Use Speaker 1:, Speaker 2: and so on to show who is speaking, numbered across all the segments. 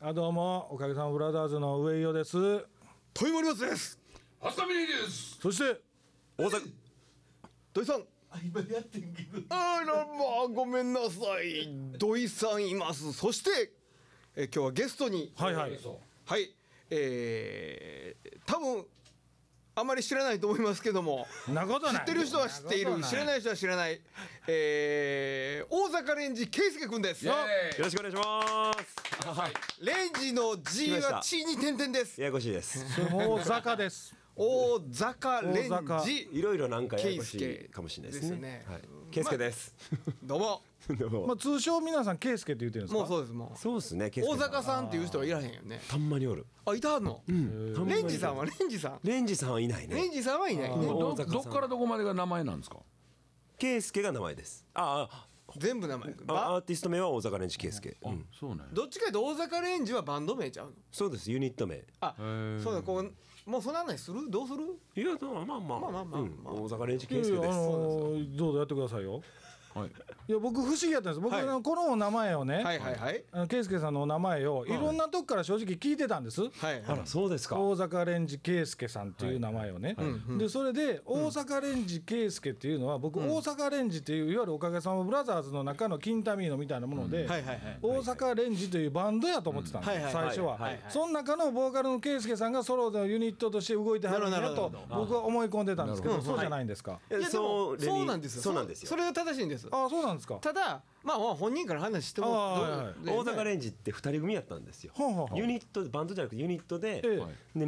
Speaker 1: あどうもおかげさまブラザーズの上井雄です
Speaker 2: トイモリマスです
Speaker 3: ハサミです。
Speaker 1: そして
Speaker 2: 大阪土井さん
Speaker 3: 今やってんけど。
Speaker 2: あらまあごめんなさい土井さんいますそしてえー今日はゲストに
Speaker 1: はいはい
Speaker 3: そ
Speaker 2: はいえー、多分あまり知らないと思いますけども
Speaker 1: そんなこと
Speaker 2: 知
Speaker 1: ない
Speaker 2: ってる人は知っている知ら
Speaker 1: い
Speaker 2: ない人は知らない、えー、大阪レンジ圭介君です
Speaker 3: う。イエー
Speaker 4: よ
Speaker 3: イ
Speaker 4: ろしくお願いします。
Speaker 2: レンジの G は地に点々です
Speaker 4: ややこしいです。
Speaker 1: それも大阪です
Speaker 2: 大阪レンジ
Speaker 4: いろいろなんかやや
Speaker 2: 圭
Speaker 4: こしい
Speaker 2: 介
Speaker 4: かもしれないですね。
Speaker 2: ですね
Speaker 4: はい。ケイスケです。
Speaker 2: どうも
Speaker 4: でも
Speaker 1: まあ通称皆さんケイスケって言ってるんですか
Speaker 2: もうそうですも
Speaker 4: そうですね。ケ
Speaker 2: う
Speaker 4: イス
Speaker 2: 大
Speaker 4: ケ
Speaker 2: 阪さんっていう人はいらへんよね
Speaker 4: たんまにおる。
Speaker 2: あいたはんの、
Speaker 4: たまにお
Speaker 2: レ
Speaker 4: る
Speaker 2: ンジさんはレンジさん
Speaker 4: レンジさんはいな
Speaker 2: レ
Speaker 4: い
Speaker 2: ン
Speaker 4: ね。
Speaker 2: ジさんはいないね
Speaker 3: ど
Speaker 4: 大阪さん
Speaker 3: どっからどこまでが名前なんですか。
Speaker 4: ケイスケが名前です。あ
Speaker 2: 全部名前
Speaker 4: ああ、
Speaker 2: ば
Speaker 4: アーティスト名は大阪レンジケイスケ。うん。
Speaker 3: そうね。
Speaker 2: どっちかというと大阪レンジはバンド名ちゃうの
Speaker 4: そうです。ユニット名。
Speaker 2: あそうだこうもうそんな話するどうする
Speaker 4: いやまあまあまあ
Speaker 2: まあまあまあ
Speaker 4: うん
Speaker 2: まあ
Speaker 4: 大阪レンジ
Speaker 1: い
Speaker 4: ケ
Speaker 1: や
Speaker 4: イ
Speaker 1: い
Speaker 4: スケ
Speaker 1: や
Speaker 4: で
Speaker 1: あ
Speaker 4: す。
Speaker 1: のーどうぞやってくださいよ
Speaker 3: はい。
Speaker 1: いや僕不思議やったんです僕
Speaker 2: はい
Speaker 1: あのこのお名前をね
Speaker 2: はいはいはい
Speaker 1: あのケイスケさんのお名前をいろんなとこから正直聞いてたんです
Speaker 2: はい
Speaker 4: あ
Speaker 2: はい
Speaker 4: らそうですか。
Speaker 1: 大阪レンジ圭介さんっていう名前をね、でそれで大阪レンジ圭介っていうのは僕大阪レンジっていういわゆるおかげさまブラザーズの中のキンタミーノみたいなもので
Speaker 2: はいはいはい
Speaker 1: 大阪レンジというバンドやと思ってたんで
Speaker 2: うんはいは
Speaker 1: す
Speaker 2: い
Speaker 1: 最初
Speaker 4: はいはい
Speaker 1: はその中のボーカルの圭介さんがソロのユニットとして動いてはるん
Speaker 2: なる
Speaker 1: だ
Speaker 2: ほど
Speaker 1: と
Speaker 2: なるほ
Speaker 1: 僕は思い込んでたんですけ
Speaker 2: な
Speaker 1: ど
Speaker 2: るほ
Speaker 1: そ
Speaker 2: ど
Speaker 1: うじゃないんですか
Speaker 4: いや
Speaker 2: いやでも
Speaker 4: レニ
Speaker 2: そうなんですよ
Speaker 4: そうなんですよ
Speaker 2: そ。れが正しいんです
Speaker 1: ああそうなんですか
Speaker 2: ただまあまあ本人から話しても
Speaker 1: あー
Speaker 2: どう
Speaker 1: はいはい
Speaker 2: ね
Speaker 4: 大阪レンジって二人組やったんですよ
Speaker 1: ほうほうほう
Speaker 4: ユニットバンドじゃなくてユニットで、
Speaker 1: え
Speaker 4: で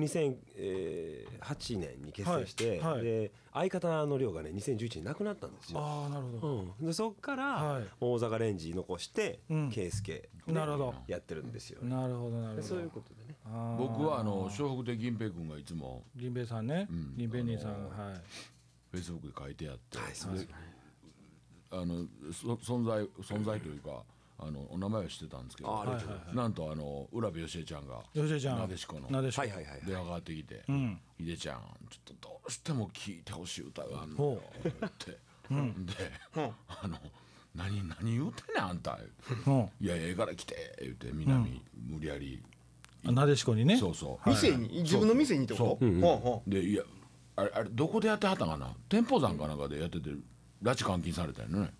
Speaker 4: 2008年に結成して、
Speaker 1: はいはい
Speaker 4: で相方の亮がね2011年に亡くなったんですよ、
Speaker 1: ああなるほど
Speaker 4: うん、でそっから、
Speaker 1: はい
Speaker 4: 大阪レンジ残して、
Speaker 1: うん
Speaker 4: ケイスケ
Speaker 1: なるほど
Speaker 4: やってるんですよ、
Speaker 1: なるほどなる
Speaker 4: で
Speaker 1: ほ
Speaker 4: そう
Speaker 1: ど
Speaker 4: いうことでね
Speaker 1: あー
Speaker 3: 僕はあの小北で銀平君がいつも
Speaker 1: 銀兵衛さんね
Speaker 3: ん
Speaker 1: 銀兵衛兄さんはい
Speaker 3: フェイスブックで書いてあって、
Speaker 4: はいそうですね
Speaker 3: あのそ存在存在というか。あのお名前は知ってたんですけど、
Speaker 4: あありがとうござい
Speaker 3: なんとあの浦部よしえちゃんが
Speaker 1: よしえちゃん
Speaker 3: なでしこの
Speaker 1: なでしこ
Speaker 4: はいはいはい
Speaker 3: 電話がかかってきて
Speaker 1: ん
Speaker 3: 「秀ちゃんちょっとどうしても聴いてほしい歌があるのよ
Speaker 1: ほ」
Speaker 3: ってで「あの何何言うてんねんあんた」
Speaker 1: うん
Speaker 3: いやええから来て」言うて南無理やり
Speaker 1: あなでしこにね
Speaker 3: そうそう
Speaker 2: 店に自分の店にってことほうほ
Speaker 3: でいやあれあれどこでやってはったんかな天保山かなんかでやってて拉致監禁されたよね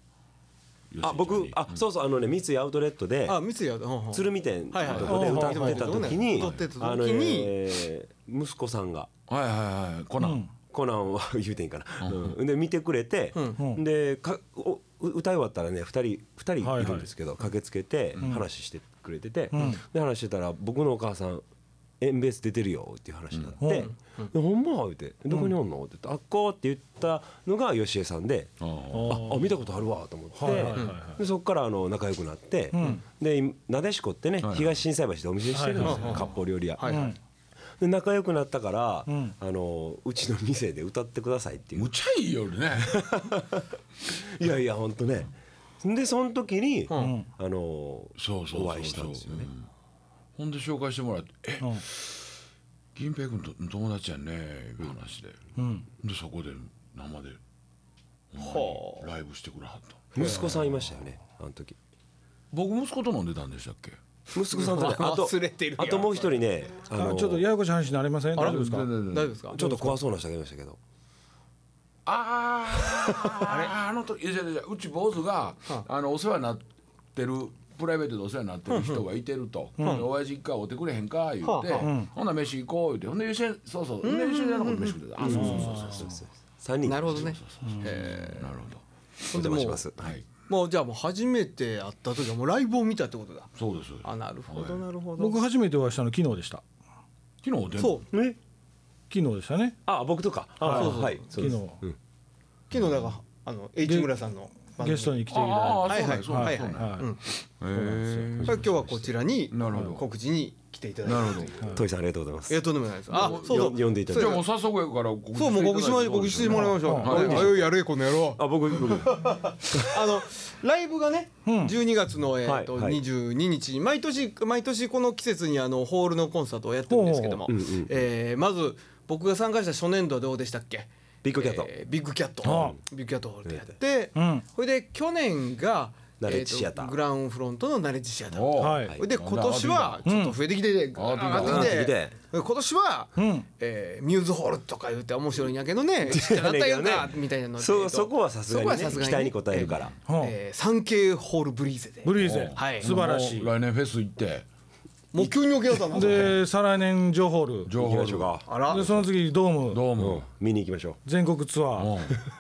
Speaker 4: あ僕
Speaker 3: あ
Speaker 4: あそうそうあのね三井アウトレットで
Speaker 2: うあ店やほうほう
Speaker 4: 鶴見店の
Speaker 2: はいはい
Speaker 4: とこで歌ってた時に、
Speaker 2: 歌ってた時に
Speaker 4: あの、えー息子さんが
Speaker 3: はいはいはいコナン、
Speaker 4: コナンは言うてんかな、うんで見てくれて、でかおう歌い終わったらね2人二人いるんですけど、駆けつけて話してくれてて、で話してたら「僕のお母さんエンベース出てるよ」っていう話になって「でほんま?」言うて「どこにおんの?」って言って「あっこ」って言ったのがよしえさんで。
Speaker 3: あ
Speaker 4: ああ見たことあるわと思って、
Speaker 1: はいはいはい
Speaker 4: でそこからあの仲良くなって、で今なでしこってね、
Speaker 3: はい
Speaker 4: 東心斎橋でお店してるんですよ、
Speaker 2: はいはいはい
Speaker 4: 割烹料理屋、
Speaker 2: はいはい
Speaker 4: で仲良くなったから、
Speaker 1: ん
Speaker 4: あのうちの店で歌ってくださいって
Speaker 3: あ
Speaker 4: いう
Speaker 3: むちゃいいよ ね
Speaker 4: いやいや本当ねでその時に、
Speaker 2: ん
Speaker 4: あの
Speaker 3: そうそうそうそう
Speaker 4: お会いしたんですよね
Speaker 3: うんほんで紹介してもらって「え
Speaker 1: うん
Speaker 3: 銀平君と友達やね」いう話で、
Speaker 1: ん
Speaker 3: でそこで生でほんまにライブしてくれはった
Speaker 4: 息子さんいましたよねあの時
Speaker 3: 僕息子と飲んでたんでしたっけ
Speaker 4: 息子さんとねあと
Speaker 2: 忘れてるやん
Speaker 4: あともう一人ねあの
Speaker 1: あちょっとややこしい話になりません大丈夫ですか
Speaker 3: 全
Speaker 2: 大
Speaker 3: 然全
Speaker 2: 丈夫
Speaker 3: 然
Speaker 2: ですか
Speaker 4: ちょっと怖そうな人がいましたけど
Speaker 3: あああれあの時いやいやいやうち坊主があのお世話になってるプライベートでお世話になってる人がいてると「で親父一回会うてくれへんか」言って「ほんなら飯行こう」言ってほんで吉江そうそうほんで吉江の子と飯食ってたあそうそうそうそうそうそう
Speaker 4: 3人
Speaker 2: なるほどね
Speaker 3: えーなるほ
Speaker 4: お邪魔します
Speaker 3: どはい
Speaker 2: もうじゃあもう初めて会った時はもうライブを見たってことだ
Speaker 3: そうです
Speaker 2: あなるほど
Speaker 3: はい
Speaker 2: なるほど
Speaker 1: 僕初めてお会いしたの昨日でした
Speaker 3: 昨日おでん
Speaker 2: そう
Speaker 4: え
Speaker 1: 昨日でしたね
Speaker 4: あ僕とかあ
Speaker 1: はい
Speaker 2: そうそう
Speaker 4: はい
Speaker 1: 昨
Speaker 4: そうです
Speaker 1: 日
Speaker 2: 昨日だからあの H 村さんの番組
Speaker 1: ゲストに来ていた
Speaker 3: あ
Speaker 1: だ
Speaker 3: あ
Speaker 2: はい
Speaker 3: そう
Speaker 2: は
Speaker 3: ないんそうなん
Speaker 2: は
Speaker 3: や
Speaker 2: い
Speaker 3: そうなんや
Speaker 1: いてはい
Speaker 3: へ
Speaker 2: 今日はこちらに
Speaker 3: なるほど
Speaker 2: 告知に来ていただい
Speaker 3: え
Speaker 2: て
Speaker 3: なるほど
Speaker 4: トイさんありがとうございます
Speaker 2: えとんでもないですあそうそう
Speaker 4: よ呼んでいただ
Speaker 3: じゃ
Speaker 4: い
Speaker 3: あ
Speaker 4: て
Speaker 3: もう早速やから告知
Speaker 2: そうもう告知まで告知してもらいましょう
Speaker 3: はい
Speaker 2: あよやれこの野郎
Speaker 4: あ僕僕
Speaker 2: あのライブがね、12月の、えーと
Speaker 4: はいはい
Speaker 2: 22日に毎年毎年この季節にあのホールのコンサートをやってるんですけども、
Speaker 4: ほうほううんうん
Speaker 2: えーまず僕が参加した初年度はどうでしたっけ
Speaker 4: ビッグキャット
Speaker 2: えービッグキャット、
Speaker 1: あ
Speaker 2: ビッグキャットホールでやって、
Speaker 1: うん
Speaker 2: それで去年が
Speaker 4: ナレッジシアタ
Speaker 2: え
Speaker 4: ー
Speaker 2: とグランフロントのナレッジシアター
Speaker 3: おう
Speaker 1: はい
Speaker 2: で今年はちょっと増えてきてて、グワーッ上がってきて今年は、えーミューズホールとか言って面白いんやけどね知ってなったやんかみたいなので
Speaker 4: そそこはさすがにね
Speaker 2: そこは
Speaker 4: 期待に応えるから
Speaker 2: えーえーサンケイホールブリーゼで
Speaker 1: ブリーゼ、
Speaker 2: はい
Speaker 1: 素晴らしい
Speaker 3: もう来年フェス行って
Speaker 2: もう急に起きようと思って
Speaker 1: で再来年ジョホール
Speaker 3: 情
Speaker 4: 行き
Speaker 3: 報
Speaker 4: ましょうか
Speaker 2: あら
Speaker 1: でその次ドーム
Speaker 3: どう
Speaker 4: う
Speaker 3: も
Speaker 4: ん、見に行きましょ
Speaker 1: 全国ツアー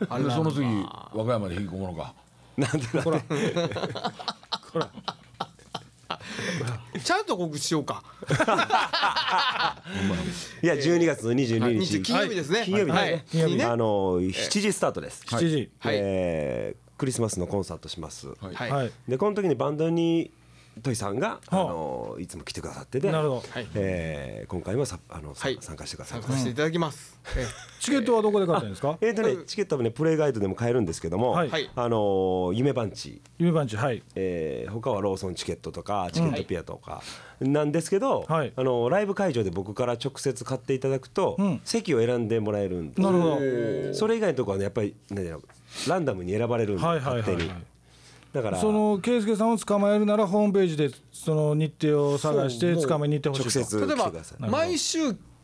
Speaker 3: あれでその次和歌山で引きこもろうか
Speaker 4: うなんでだって
Speaker 2: ちゃんと告知しようか
Speaker 4: いや12月の22日、
Speaker 2: 日金曜日ですね
Speaker 4: 金曜日
Speaker 2: はい
Speaker 4: ね、
Speaker 2: 金曜日ね
Speaker 4: あの7時スタートです、
Speaker 1: 7時
Speaker 2: はい
Speaker 4: えークリスマスのコンサートします、
Speaker 3: い
Speaker 2: は
Speaker 1: はいい、
Speaker 4: でこの時にバンドにトイさんが、あ
Speaker 1: はあ
Speaker 4: のいつも来てくださってて
Speaker 1: なるほど
Speaker 2: はい
Speaker 4: えー今回もさあの、さ
Speaker 2: はい
Speaker 4: 参加してくださ
Speaker 2: 参
Speaker 4: い
Speaker 2: 加していただきます、え
Speaker 1: チケットはどこで買ったんですか
Speaker 4: えーとね、チケットもねプレイガイドでも買えるんですけども、
Speaker 1: はい
Speaker 2: はい
Speaker 4: あの夢バンチ
Speaker 1: 夢番地はい
Speaker 4: えー他はローソンチケットとかチケットピアとかなんですけど、
Speaker 1: はい
Speaker 4: あのライブ会場で僕から直接買っていただくと、
Speaker 1: うん
Speaker 4: 席を選んでもらえるんで
Speaker 1: なるほど
Speaker 4: それ以外のところはねやっぱりなんだろうランダムに選ばれるんで、
Speaker 1: はいはいはい
Speaker 4: 勝
Speaker 1: は
Speaker 4: 手
Speaker 1: い
Speaker 4: にだから
Speaker 1: その圭介さんを捕まえるならホームページでその日程を探して
Speaker 2: そう
Speaker 1: 捕まえに行ってほしいと
Speaker 4: 直接
Speaker 2: え例え
Speaker 4: 来て
Speaker 2: ば
Speaker 4: ください
Speaker 2: 毎週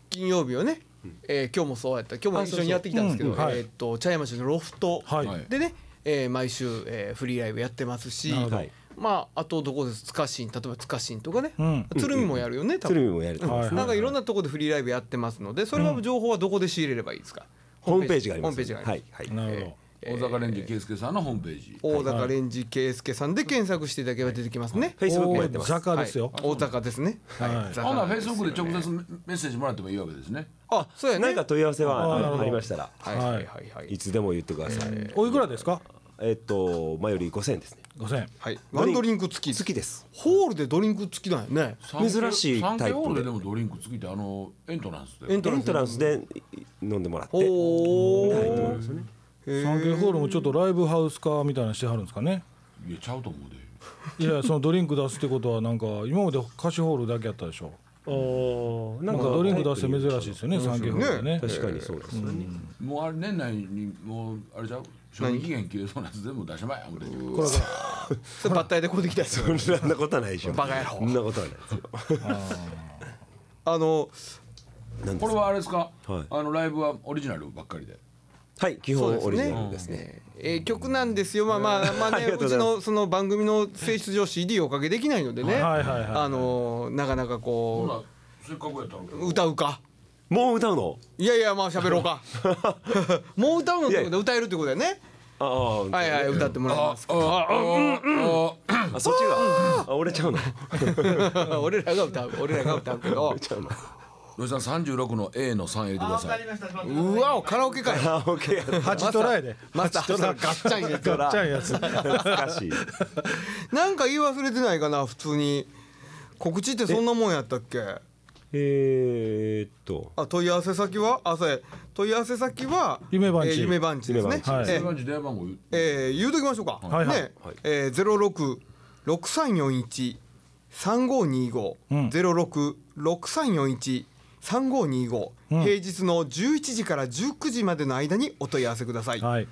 Speaker 2: 金曜日をね、えー今日もそうやった今日も一緒にやってきたんですけど、
Speaker 1: あそうそううんうん
Speaker 2: えーっと茶屋町のロフト
Speaker 1: はい
Speaker 3: はい
Speaker 2: でね、えー毎週、えーフリーライブやってますし
Speaker 1: なるほど
Speaker 4: はい
Speaker 2: まああとどこですつかしん例えばつかしんとかね、
Speaker 1: うん
Speaker 2: 鶴見もやるよね多
Speaker 4: 鶴見
Speaker 2: 分
Speaker 4: もやると、
Speaker 1: はいはい
Speaker 2: なんかいろんなとこでフリーライブやってますのでそれは情報はどこで仕入れればいいですか、
Speaker 4: ホームページがあります
Speaker 2: ホームページがあります、
Speaker 4: はいはい
Speaker 1: なるほど
Speaker 3: 大阪レンジ圭介さんのホームページ
Speaker 2: 大阪レンジ圭介さんで検索していただければ出てきますね、
Speaker 4: フェイスブックもやってます
Speaker 1: 大阪ですよ
Speaker 2: はい、大阪ですね。はい
Speaker 1: はい
Speaker 2: 雑貨
Speaker 3: ほなフェイ
Speaker 2: です
Speaker 3: スブックで直接メッセージもらってもいいわけですね
Speaker 2: あ、そうやね。
Speaker 4: 何か問い合わせは
Speaker 1: あー
Speaker 4: あ
Speaker 1: なるほ
Speaker 4: の
Speaker 1: ど
Speaker 4: ありましたら
Speaker 2: はいはいはいはいい。
Speaker 4: つでも言ってください、え
Speaker 1: おいくらですか
Speaker 4: っと前より5000円ですね
Speaker 1: 5000円
Speaker 2: はい。ワンドリンク付き。
Speaker 4: 好きです
Speaker 2: ホールでドリンク付きなんやね。
Speaker 4: 珍しいタイプ
Speaker 3: サンケ
Speaker 4: で
Speaker 3: イホールででもドリンクつきてあのエントランスで
Speaker 2: エント
Speaker 4: エ
Speaker 2: ラン
Speaker 4: ン
Speaker 2: ス
Speaker 4: ト。ランスで飲んでもらって
Speaker 2: おお。
Speaker 1: サンケイホールもちょっとライブハウス化みたいなのしてはるんですかね
Speaker 3: いやちゃうと思うで
Speaker 1: いやそのドリンク出すってことはなんか今まで歌詞ホールだけやったでしょ
Speaker 4: おな
Speaker 1: なんかドリンク出して珍しいですよねサンケイホールでね
Speaker 4: 確かにそうですよね、
Speaker 3: もうあれ年内にもうあれちゃう賞味期限切れそうなやつ全部出しまえ思って
Speaker 1: これから
Speaker 2: それバッタイでこうできたや つ。
Speaker 4: そんなことはないでしょ
Speaker 2: バカ野郎
Speaker 4: そんなことはないですよ
Speaker 2: あの、
Speaker 4: なん
Speaker 3: こ
Speaker 4: です
Speaker 3: れはあれですか、
Speaker 4: はい
Speaker 3: あのライブはオリジナルばっかりで
Speaker 4: はい基
Speaker 2: そう
Speaker 4: 本
Speaker 2: ですね
Speaker 4: オリジナルですね
Speaker 2: えー曲なんですよ。まあまあ まあ
Speaker 4: あ
Speaker 2: ね、
Speaker 4: りがと
Speaker 2: う
Speaker 4: うござ
Speaker 2: ち
Speaker 4: います
Speaker 2: のその番組の性質上 CD をおかけできないのでね。
Speaker 1: はいはいはい
Speaker 2: あのなかなか
Speaker 3: ほ
Speaker 2: こ
Speaker 3: らせっかくやったら
Speaker 2: う歌うか。
Speaker 4: もう歌うの
Speaker 2: いやいやまあ喋ろう か。もう歌うのってことで歌えるってことだよね。
Speaker 4: ああ、
Speaker 2: はいはい歌ってもらいます。
Speaker 3: あああ
Speaker 4: あそっちがあ折れちゃうの
Speaker 2: 俺らが歌う俺らが歌うけ ど
Speaker 3: ロイさん三十六の A の三入れてください。
Speaker 2: うわおカラオケかい
Speaker 4: あオッケー
Speaker 1: 8トライで
Speaker 2: マスターガッチャン入れて
Speaker 1: ガッチャンやつ
Speaker 4: 懐かしい
Speaker 2: なんか言い忘れてないかな普通に告知ってそんなもんやったっけ
Speaker 4: えーっと
Speaker 2: あ問い合わせ先はあそうや問い合わせ先は
Speaker 1: 夢番地
Speaker 2: えー夢番地ですね
Speaker 4: 夢番地
Speaker 1: はい
Speaker 2: え
Speaker 3: そんな感じで電話番号言う
Speaker 2: えー言うときましょうか、
Speaker 1: はいはい
Speaker 2: ね
Speaker 4: はい
Speaker 2: えー、066341 3525、
Speaker 1: ん
Speaker 2: 066341 3525、平日の11時から19時までの間にお問い合わせください。
Speaker 1: はい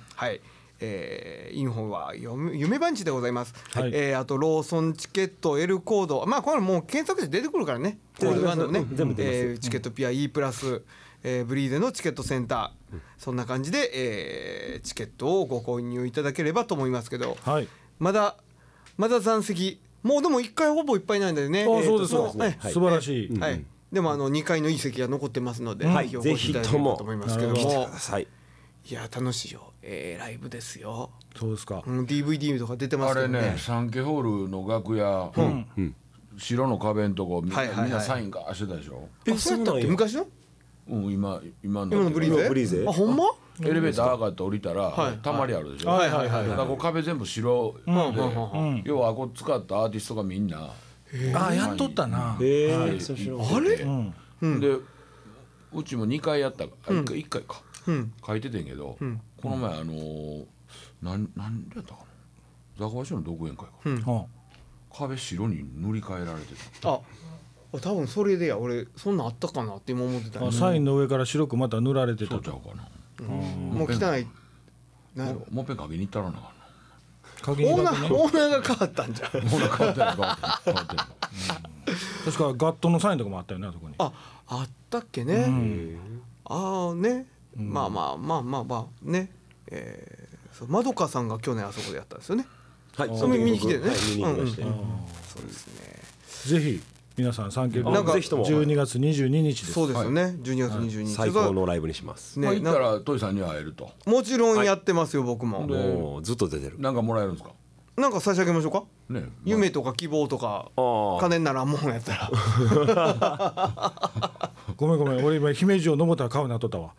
Speaker 2: えーインフォは夢夢番地でございます、
Speaker 1: はい
Speaker 2: えーあとローソンチケット L コードまあこれはもう検索で出てくるからね
Speaker 4: 出てきます
Speaker 2: こういうのね
Speaker 4: うん全部出ます
Speaker 2: えーチケットピア E プラス、えーブリーゼのチケットセンター、そんな感じで、えーチケットをご購入いただければと思いますけど、
Speaker 1: はい
Speaker 2: まだまだ残席もうでも1回ほぼいっぱいなんだよね
Speaker 1: あそうです
Speaker 2: も
Speaker 1: か
Speaker 2: はい
Speaker 1: 素晴らしい
Speaker 2: はいでもあの2階のいい席が残ってますので、
Speaker 4: は
Speaker 2: ぜ
Speaker 4: い
Speaker 2: ひお越しいただければと思いますけども
Speaker 1: ぜひと
Speaker 4: ください
Speaker 2: いや楽しいよ、えーライブですよ、
Speaker 1: そうですか
Speaker 2: うん、DVD とか出てま
Speaker 3: あ
Speaker 2: すけ
Speaker 3: れ
Speaker 2: どね
Speaker 3: ね、サンケイホールの楽屋、白の壁のとこみんな,、
Speaker 2: はいはいはい
Speaker 3: みんなサインがしてたでしょ。
Speaker 2: あそうやったっけ
Speaker 4: そうなんや
Speaker 2: 昔の
Speaker 3: うん、今今の
Speaker 2: 今のブリー
Speaker 4: 今
Speaker 2: ゼ
Speaker 4: のブリーゼ
Speaker 2: あほんま
Speaker 3: エレベーター上がって降りたら、
Speaker 2: はい
Speaker 3: たまりあるでしょ。
Speaker 1: はいはいはい
Speaker 3: だからこう壁全部白で、要はこう使ったアーティストがみんな、
Speaker 1: あやっとったな
Speaker 4: えー
Speaker 3: はい
Speaker 4: そうしよう
Speaker 3: あれ、でうちも2回やったから1回一回か、書いててんけど、この前あのー、なんなんでやったかな雑賀市の独演会か、
Speaker 1: うん
Speaker 3: 壁白に塗り替えられて
Speaker 2: ああ多分それでや俺そんなんあったかなって今思ってた
Speaker 1: あサインの上から白くまた塗られて
Speaker 3: たそ
Speaker 1: た
Speaker 3: うちゃうかな
Speaker 2: もう汚いなんやろ
Speaker 3: ももっぺんかけに行ったらなあかんな
Speaker 1: 鍵
Speaker 2: オー
Speaker 1: にだ
Speaker 2: ナ
Speaker 1: け
Speaker 2: ー
Speaker 1: ね
Speaker 2: オーナーが変わったんじゃん
Speaker 3: ほら変わってない 変わってない変わってない
Speaker 1: 確かガットのサインとかもあったよねあそこに
Speaker 2: ああったっけね、ああね、まあまあまあまあまあねえー、そうまどかさんが去年あそこでやったんですよね
Speaker 4: はい
Speaker 2: そう見に来てね
Speaker 4: はい見に行きまして、
Speaker 2: そうですね
Speaker 1: ぜひ皆さん産経日
Speaker 2: なんか
Speaker 4: ぜひとも
Speaker 1: 12月22日です
Speaker 2: そうですよね、12月22日、
Speaker 4: 最高のライブにします、
Speaker 3: まあ
Speaker 2: ね
Speaker 3: 行
Speaker 2: な
Speaker 3: っ
Speaker 2: ん
Speaker 3: た
Speaker 2: から
Speaker 3: トイさんには会えると
Speaker 2: もちろんやってますよ、僕も
Speaker 3: で
Speaker 4: もうずっと出てる
Speaker 3: なんかもらえるんですか
Speaker 2: なんか差し上げましょうか
Speaker 3: ね
Speaker 2: 夢とか希望とか
Speaker 4: あー
Speaker 2: 金にならんもんやったら
Speaker 1: ごめんごめん俺今姫路を飲もうたら買うなっとったわ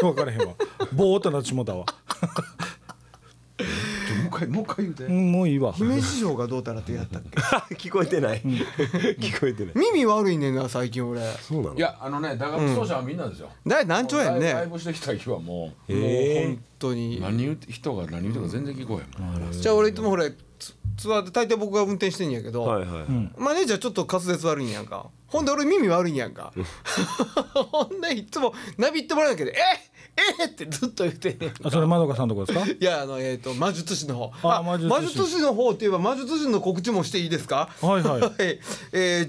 Speaker 1: 分からへんわぼーっとなっちもうたわ
Speaker 3: ちょもう一回もう一回言うて
Speaker 1: うんもういいわ
Speaker 2: 姫路城がどうたらってやったっけ
Speaker 4: 聞こえてない、 聞こえてない
Speaker 2: 耳悪いねんな最近俺
Speaker 4: そうなの
Speaker 3: いやあのね打楽器奏者はみんなですよ
Speaker 2: だい難聴やん
Speaker 3: ラ
Speaker 2: ね
Speaker 3: イブしてきた日はもう
Speaker 4: えー
Speaker 2: 本当に
Speaker 3: 何言うて人が何言うてるか全然聞こえへんもん
Speaker 2: じゃあ俺いつもほらツツアーで大体僕が運転してんやけど、
Speaker 4: はいはい、
Speaker 2: マネージャーちょっと滑舌悪いんやんかほんで俺耳悪いんやんか ほんでいつもナビってもらうんやけど「えええってずっと言ってんねん
Speaker 1: あそれまどかさんのとこですか
Speaker 2: いやあのえっ、と魔術師の方
Speaker 1: あ
Speaker 2: あ魔
Speaker 1: 魔
Speaker 2: 術
Speaker 1: 術師
Speaker 2: 師の方っていえば魔術師の告知もしていいですか
Speaker 1: はい はい
Speaker 2: え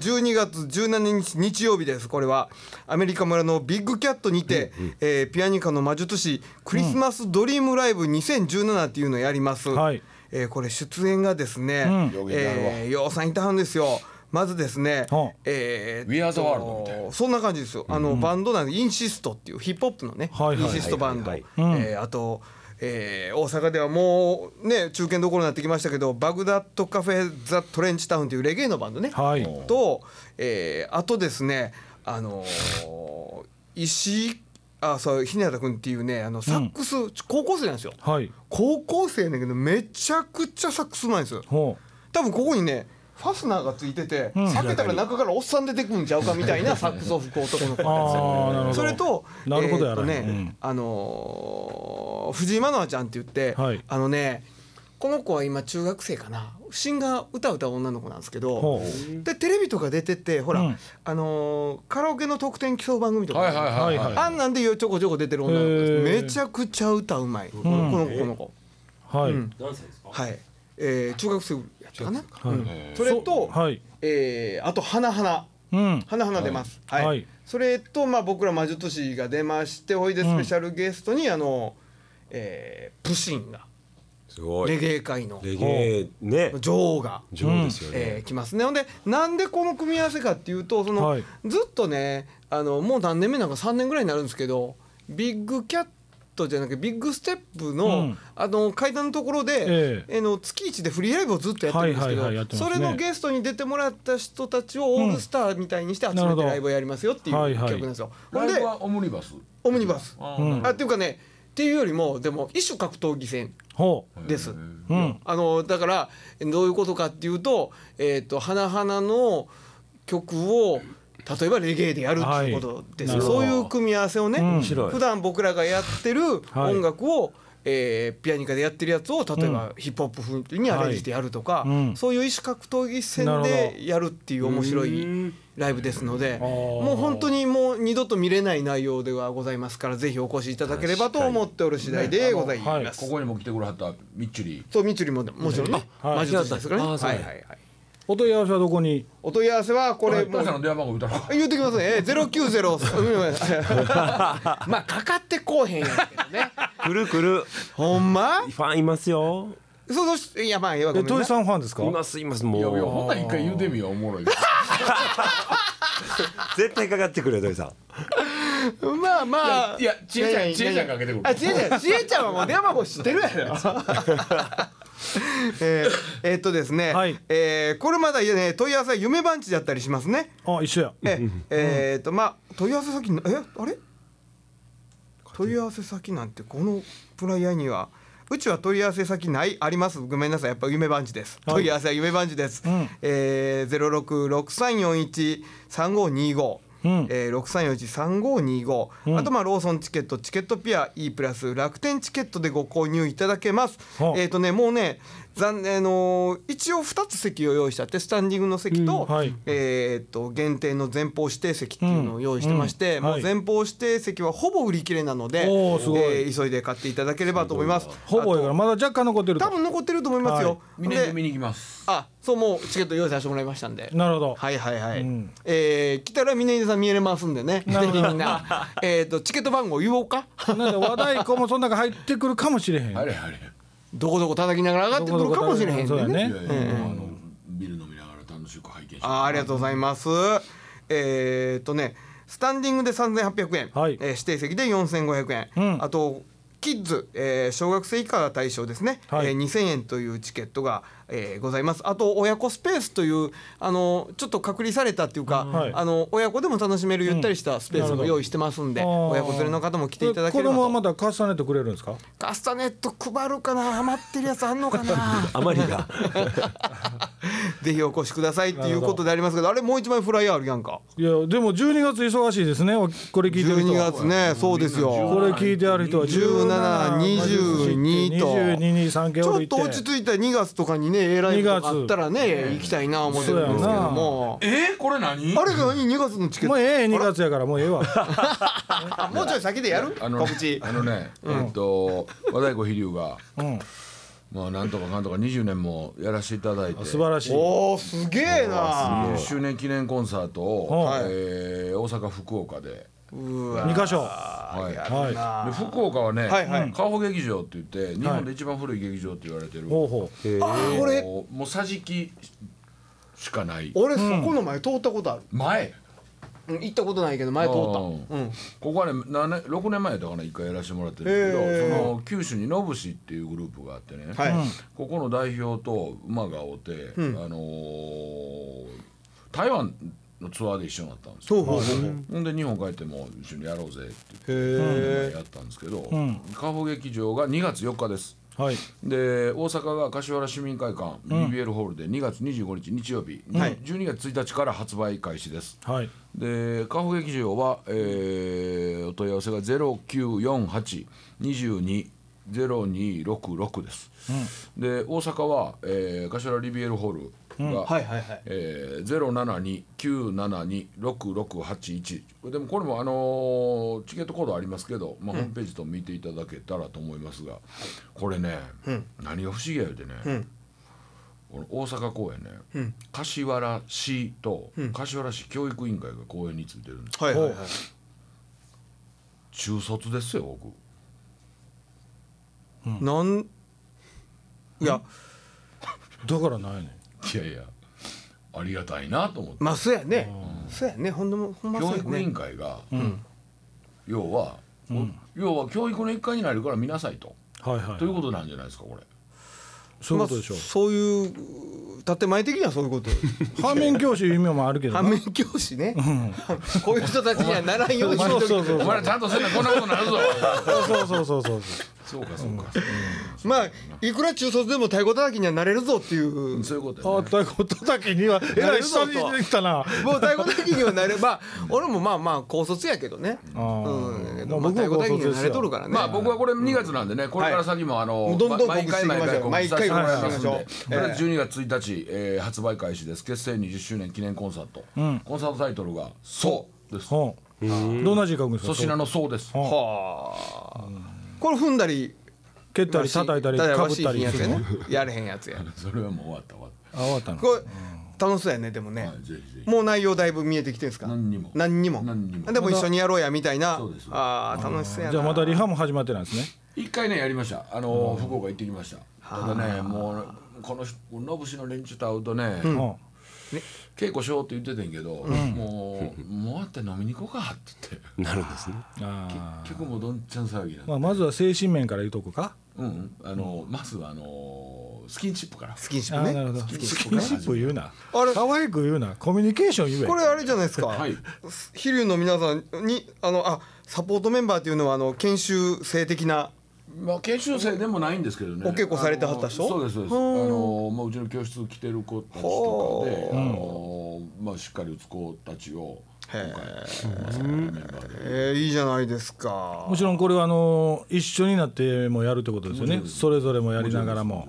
Speaker 2: ー12月17日日曜日ですこれはアメリカ村のビッグキャットにて、えーピアニカの魔術師クリスマスドリームライブ2017っていうのをやります、
Speaker 1: はい
Speaker 2: えーこれ出演がですね、
Speaker 3: うん
Speaker 2: えー、ようさんいたはんですよまずですね、
Speaker 1: はあ
Speaker 2: えー
Speaker 3: We Are the World みたい
Speaker 2: そんな感じですよあの、バンドなんでインシストっていうヒップホップのね、
Speaker 1: はいはい
Speaker 2: インシストバンド、
Speaker 4: はい
Speaker 2: えーあと、えー大阪ではもうね中堅どころになってきましたけどバグダッドカフェ・ザ・トレンチ・タウンっていうレゲエのバンドね、
Speaker 1: はい
Speaker 2: と、えーあとですねあのー石井あそう日向君っていうねあのサックス、高校生なんですよ
Speaker 1: はい
Speaker 2: 高校生なんだけどめちゃくちゃサックスうまいんですよ
Speaker 1: ほ
Speaker 2: 多分ここにねファスナーがついてて、避けたら中からおっさん出てくんちゃうかみたいなサックスを吹く男の子
Speaker 1: う
Speaker 2: なんですよ
Speaker 1: ああなるほど
Speaker 2: それと
Speaker 1: なるほど
Speaker 2: えー
Speaker 1: や
Speaker 2: っ
Speaker 1: ら
Speaker 2: と
Speaker 1: へん
Speaker 2: ね、
Speaker 1: うん
Speaker 2: あのー藤井愛菜ちゃんって言って、
Speaker 1: はい
Speaker 2: あのねこの子は今中学生かなシンガー歌う歌う女の子なんですけど
Speaker 1: ほう
Speaker 2: でテレビとか出ててほら、
Speaker 1: うん
Speaker 2: あのーカラオケの特典競う番組とか、
Speaker 3: はいはいはい
Speaker 1: はい
Speaker 3: は
Speaker 2: あんなんでよちょこちょこ出てる女の子で
Speaker 1: へ
Speaker 2: す
Speaker 1: ー
Speaker 2: めちゃくちゃ歌うまい、この子この子。
Speaker 1: はい、
Speaker 2: うん
Speaker 4: 何歳ですか
Speaker 2: はい、えー、中学生やったかな、
Speaker 1: はい
Speaker 2: うんそれと、
Speaker 1: はい
Speaker 2: えーあと「花花
Speaker 1: うん
Speaker 2: 花花出ます、はい
Speaker 1: はい
Speaker 2: それと、まあ、僕ら魔術師が出ましておいでスペシャルゲストに、あの、えー、プシンが
Speaker 4: すご
Speaker 2: レ
Speaker 4: い
Speaker 2: ゲエ界の
Speaker 4: レゲエね
Speaker 2: 女王が。
Speaker 4: 上手ですよね、
Speaker 2: えー、来ますねほんでなんでこの組み合わせかっていうとその、
Speaker 1: はい
Speaker 2: ずっとねあのもう何年目なんか3年ぐらいになるんですけどビッグキャットじゃなくてビッグステップの,、
Speaker 1: うん
Speaker 2: あの階段のところで、
Speaker 1: え
Speaker 2: あの月一でフリーライブをずっとやってるんですけど、
Speaker 1: はいはいはいやってます
Speaker 2: そ
Speaker 1: ね
Speaker 2: れのゲストに出てもらった人たちをオールスターみたいにして集
Speaker 1: なる
Speaker 2: め
Speaker 1: ほ
Speaker 2: て
Speaker 1: ど
Speaker 2: ライブをやりますよっていう
Speaker 1: はい
Speaker 2: 企
Speaker 1: はい
Speaker 2: 画なんですよ。
Speaker 3: いラ
Speaker 2: ほ
Speaker 3: イ
Speaker 2: ん
Speaker 3: ブ
Speaker 2: で
Speaker 3: はオムニバス
Speaker 2: オムニバス、
Speaker 3: あ
Speaker 1: う
Speaker 3: ー
Speaker 1: ん
Speaker 2: あっていうかねっていうよりもでも異種格闘技戦
Speaker 1: ほ
Speaker 2: です。
Speaker 1: ううん
Speaker 2: あのだからどういうことかっていうと「えー、と花々の曲を例えばレゲエでやるっていうことですよ、
Speaker 1: はい
Speaker 2: そういう組み合わせをね、
Speaker 1: 面
Speaker 4: 白い
Speaker 2: 普段僕らがやってる
Speaker 1: はい
Speaker 2: 音楽を、えーピアニカでやってるやつを例えばヒップホップ風にアレンジしてやるとか、
Speaker 1: はいうん
Speaker 2: そういう意思格闘技
Speaker 1: なるほ
Speaker 2: 戦で
Speaker 1: ど
Speaker 2: やるっていう面白いライブですので
Speaker 1: あー
Speaker 2: もう本当にもう二度と見れない内容ではございますからぜひお越しいただければと思っておる次第でございます。
Speaker 1: はい
Speaker 3: ここにも来てくれはったみっちり
Speaker 2: そう、みちりももちろんね、
Speaker 1: はい
Speaker 2: 魔術師ですからね。は
Speaker 4: ああ
Speaker 2: い
Speaker 4: そう
Speaker 2: は
Speaker 4: ないんや
Speaker 2: はい。
Speaker 1: お問い合わせはどこに
Speaker 2: お問い合わせはこ
Speaker 3: こ
Speaker 2: れ
Speaker 3: れ
Speaker 2: も
Speaker 3: 当社の
Speaker 2: う
Speaker 3: 電話番号言うたら
Speaker 2: 言ってきますね。ゼロ九ゼ ロ。まあかかってこうへんやんけど ね。
Speaker 4: くるくる
Speaker 2: ほんま？
Speaker 4: ファンいますよ
Speaker 2: そうそうしいやまあいやご
Speaker 1: え
Speaker 2: めんな
Speaker 1: 土井さんファンですか
Speaker 4: いますいます
Speaker 3: いやいや
Speaker 4: も
Speaker 3: ほんなら一回言うてみようおもろい
Speaker 4: う絶対かかってくるよ土井さん
Speaker 2: まあまあ。
Speaker 3: いやちえちゃんちえちゃんかけてくる
Speaker 2: あ、ちえちゃん、ちえちゃんは もう電話番号知ってるやろ。えーえーっとですね、
Speaker 1: はい
Speaker 2: えーこれまだね問い合わせは夢番地だったりしますね。
Speaker 1: あ一緒や
Speaker 2: ええー、とまあ問い合わせ先のえあれ問い合わせ先なんてこのプライヤーにはうちは問い合わせ先ないありますごめんなさいやっぱ夢番地です、
Speaker 1: はい
Speaker 2: 問い合わせは夢番地です、
Speaker 1: ん
Speaker 2: えー、0663413525
Speaker 1: うん
Speaker 2: えー、63413525、あとまあローソンチケットチケットピア E プラス楽天チケットでご購入いただけます、
Speaker 1: はあ
Speaker 2: えっ、とねもうね残念あのー一応2つ席を用意してあってスタンディングの席と,、
Speaker 1: うんはい
Speaker 2: えーっと限定の前方指定席っていうのを用意してまして、
Speaker 1: うん
Speaker 2: も
Speaker 1: は
Speaker 2: う
Speaker 1: い
Speaker 2: 前方指定席はほぼ売り切れなので、
Speaker 1: おーすごい
Speaker 2: えー急いで買っていただければと思います。
Speaker 1: ほぼやからまだ若干残ってると
Speaker 2: 多分残ってると思いますよ。
Speaker 3: みんなで見に行きます。
Speaker 2: あそうもうチケット用意させてもらいましたんで。
Speaker 1: なるほど
Speaker 2: はいはいはい、
Speaker 1: うん
Speaker 2: えー来たら峰井さん見えれますんでねぜ
Speaker 1: なるほ
Speaker 2: ひ
Speaker 1: ど
Speaker 2: みんな、えー、とチケット番号言おうか
Speaker 1: なんで和太鼓もその中入ってくるかもしれへん
Speaker 3: あれあれ。
Speaker 2: どこどこ叩きながら上がってくるかもしれへん
Speaker 1: そう
Speaker 2: で
Speaker 1: や
Speaker 2: ね
Speaker 1: ね
Speaker 3: いやいや、もうあのビール飲みながら楽しく拝見して。
Speaker 2: あーありがとうございます。えー、っとねスタンディングで3800円、
Speaker 1: はい
Speaker 2: えー指定席で4500円、
Speaker 1: うん
Speaker 2: あとキッズ、えー小学生以下が対象ですね、
Speaker 1: はい
Speaker 2: えー2000円というチケットが、えーございますあと親子スペースというあのちょっと隔離されたっていうか、
Speaker 1: はい
Speaker 2: あの親子でも楽しめるゆったりしたスペースも用意してますんで、
Speaker 1: うんなるほど
Speaker 2: 親子連れの方も来ていただけ
Speaker 1: こ
Speaker 2: れば
Speaker 1: れ
Speaker 2: と
Speaker 1: もまだ重ねてくれるんですか
Speaker 2: カスタネット配るかな余ってるやつあんの かな
Speaker 4: あまりが
Speaker 2: ぜひお越しくださいっていうことでありますけどあれもう一枚フライヤーあるやんか
Speaker 1: いやでも12月忙しいですねおこれ聞いてる人
Speaker 2: 12
Speaker 1: は
Speaker 2: 月ねそうですよ
Speaker 1: これ聞いてある人は
Speaker 2: 17 22と
Speaker 1: 2223件
Speaker 2: ち
Speaker 1: お
Speaker 2: ょ
Speaker 1: る
Speaker 2: っ
Speaker 1: いて
Speaker 2: と落ち着いた2月とかにね A ライブとかあったらね行きたいな思ってるんですけども
Speaker 3: えー、これ何？
Speaker 2: あれが何2月のチケッ
Speaker 1: も
Speaker 2: ト
Speaker 1: うええ2月やからもうええわ
Speaker 2: あもうちょい先でやる
Speaker 3: あの
Speaker 2: 告知
Speaker 3: あのね、えっと和太鼓飛龍が。
Speaker 1: うん
Speaker 3: まあなんとかかんとか20年もやらせていただいて
Speaker 1: 素晴らしい
Speaker 2: おーすげえな
Speaker 3: 20周年記念コンサートを、えー大阪福岡で、
Speaker 2: うわ
Speaker 1: 2箇所
Speaker 3: はい、で
Speaker 1: はい
Speaker 3: 福岡はね、
Speaker 2: はいはい
Speaker 3: カホ劇場って言って日本で一番古い劇場って言われてる、
Speaker 1: ほうほう
Speaker 2: あ
Speaker 3: これ
Speaker 2: 俺
Speaker 3: もう桟敷しかない
Speaker 2: 俺そこの前通ったことある
Speaker 3: 前
Speaker 2: うん行ったことないけど前通ったうん
Speaker 3: ここはね7年6年前だから一回やらせてもらってるけど、
Speaker 2: へー
Speaker 3: その九州にノブシっていうグループがあってね、
Speaker 2: はい
Speaker 3: ここの代表と馬が合うて、あのー台湾のツアーで一緒になったんですよ。
Speaker 2: そうそうそうへ
Speaker 3: ほんで日本帰っても一緒にやろうぜって言って
Speaker 2: え
Speaker 3: やったんですけど、
Speaker 1: ん
Speaker 3: カホ劇場が2月4日です。
Speaker 1: はい
Speaker 3: で大阪が柏原市民会館 BBL ホールで2月25日日曜日、
Speaker 2: はい
Speaker 3: 12月1日から発売開始です。
Speaker 1: はい
Speaker 3: でカホ劇場は、えーお問い合わせが0948220266です、で大阪は、えー、柏リビエルホールが、
Speaker 2: はいはいはい
Speaker 3: えー、0729726681でもこれも、あのーチケットコードありますけど、まあホームページと見ていただけたらと思いますがこれね、何が不思議やでね、この大阪公演ね、柏原市と柏原市教育委員会が公演についてるんです
Speaker 2: はいはいはい
Speaker 3: 中卒ですよ僕
Speaker 2: なんいや
Speaker 1: だからないねん
Speaker 3: いやいやありがたいなと思って
Speaker 2: まあそうやねそうやねほんでもほんまそう
Speaker 3: 教
Speaker 2: や
Speaker 3: 育委
Speaker 2: ね
Speaker 3: 員会が、要は、要は教育の一環になるから見なさいと、
Speaker 1: はいはい
Speaker 3: ということなんじゃないですかこれ
Speaker 1: そういうことでしょ
Speaker 2: まあそう いう建前的にはそうい うこと
Speaker 1: 反面教師いう意味もあるけど
Speaker 2: 反
Speaker 1: な
Speaker 2: 面教師ね、こういう人たちにはならんようにしと
Speaker 1: そう
Speaker 2: け
Speaker 1: そうそう
Speaker 3: お
Speaker 1: そう
Speaker 3: 前らちゃんとせんなこんなことになるぞ
Speaker 1: そうそうそうそう
Speaker 3: そうかそうか、
Speaker 2: まあいくら中卒でも太鼓叩きにはなれるぞっていう
Speaker 3: うん
Speaker 2: も
Speaker 3: そういうこと
Speaker 1: あ
Speaker 3: や、
Speaker 1: っ
Speaker 3: ね、
Speaker 1: たことだけにはえらい久々にできたな
Speaker 2: う太鼓叩きにはなれば俺もまあまあ高卒やけどね、
Speaker 1: あー
Speaker 2: うん
Speaker 1: まあ
Speaker 2: まあ、
Speaker 1: 僕
Speaker 2: 太
Speaker 1: も高
Speaker 2: 鼓
Speaker 1: 卒
Speaker 2: 叩きには
Speaker 1: で
Speaker 2: な
Speaker 1: す
Speaker 2: れとる
Speaker 1: よ
Speaker 2: からね、
Speaker 3: まあ僕はこれ2月なんでね、これから先もあの、
Speaker 2: はいどんどん
Speaker 3: ま毎回
Speaker 2: 告知
Speaker 3: 毎
Speaker 2: してい
Speaker 3: 回
Speaker 2: きましょう
Speaker 3: 告知させてもらいます
Speaker 2: 毎回告知しましょう
Speaker 3: んでとりあえず12月1日、えー発売開始です結成20周年記念コンサート、コンサートタイトルが「そう」です
Speaker 1: ほうどんな字書くんです
Speaker 3: 粗
Speaker 1: か
Speaker 3: 品の「そう」です
Speaker 1: ほう
Speaker 2: はあ、これ踏んだり
Speaker 1: 蹴ったり叩いたりかぶったり
Speaker 2: や
Speaker 1: す
Speaker 2: つ
Speaker 1: るの
Speaker 2: やねやれへんやつや
Speaker 3: それはもう終わった終わっ
Speaker 1: あ終わったの
Speaker 2: これ楽しそうやねでもね、
Speaker 3: た、はい、ぜひぜひ
Speaker 2: もう内容だいぶ見えてきてるんですか
Speaker 3: 何にも
Speaker 2: 何にも
Speaker 3: 何にも
Speaker 2: でも一緒にやろうやみたいな
Speaker 3: そうです
Speaker 2: ああ楽しそうやな
Speaker 1: じゃあまたリハも始まってないですね
Speaker 3: 一回ねやりましたあの福岡行ってきましたただねもうこの人ノブシの連中と会うとね、
Speaker 1: うん
Speaker 3: 稽古しようって言ってたんやけど、もうもうあって飲みに行こうかって言って
Speaker 4: なるんですね
Speaker 1: あ
Speaker 3: 結構もうどんちゃん騒ぎな
Speaker 1: ー
Speaker 3: んで、
Speaker 1: まあまずは精神面から言うとこか
Speaker 3: うんうんあのまずはあのスキンシップから
Speaker 2: スキンシ
Speaker 1: あ
Speaker 2: ップ
Speaker 1: ーなるほ
Speaker 2: ね
Speaker 1: ど
Speaker 3: キンシ
Speaker 1: ス
Speaker 3: ッ
Speaker 1: キ
Speaker 3: プ
Speaker 1: ンシップ言うな
Speaker 2: あれ
Speaker 1: 可愛く言うなコミュニケーション言え
Speaker 2: これあれじゃないですか、
Speaker 3: はい
Speaker 2: 飛龍の皆さんにあのあサポートメンバーっていうのはあの研修生的な
Speaker 3: まあ研修生でもないんですけどね
Speaker 2: お稽古されてはった人
Speaker 3: あのそうですそうですあの、まあ、うちの教室来てる子たちとかで、あのまあ、しっかり打つ子たちを今回まさにメンバーで
Speaker 2: えー、いいじゃないですか
Speaker 1: もちろんこれはあの一緒になってもやるってことですよねそれぞれもやりながらも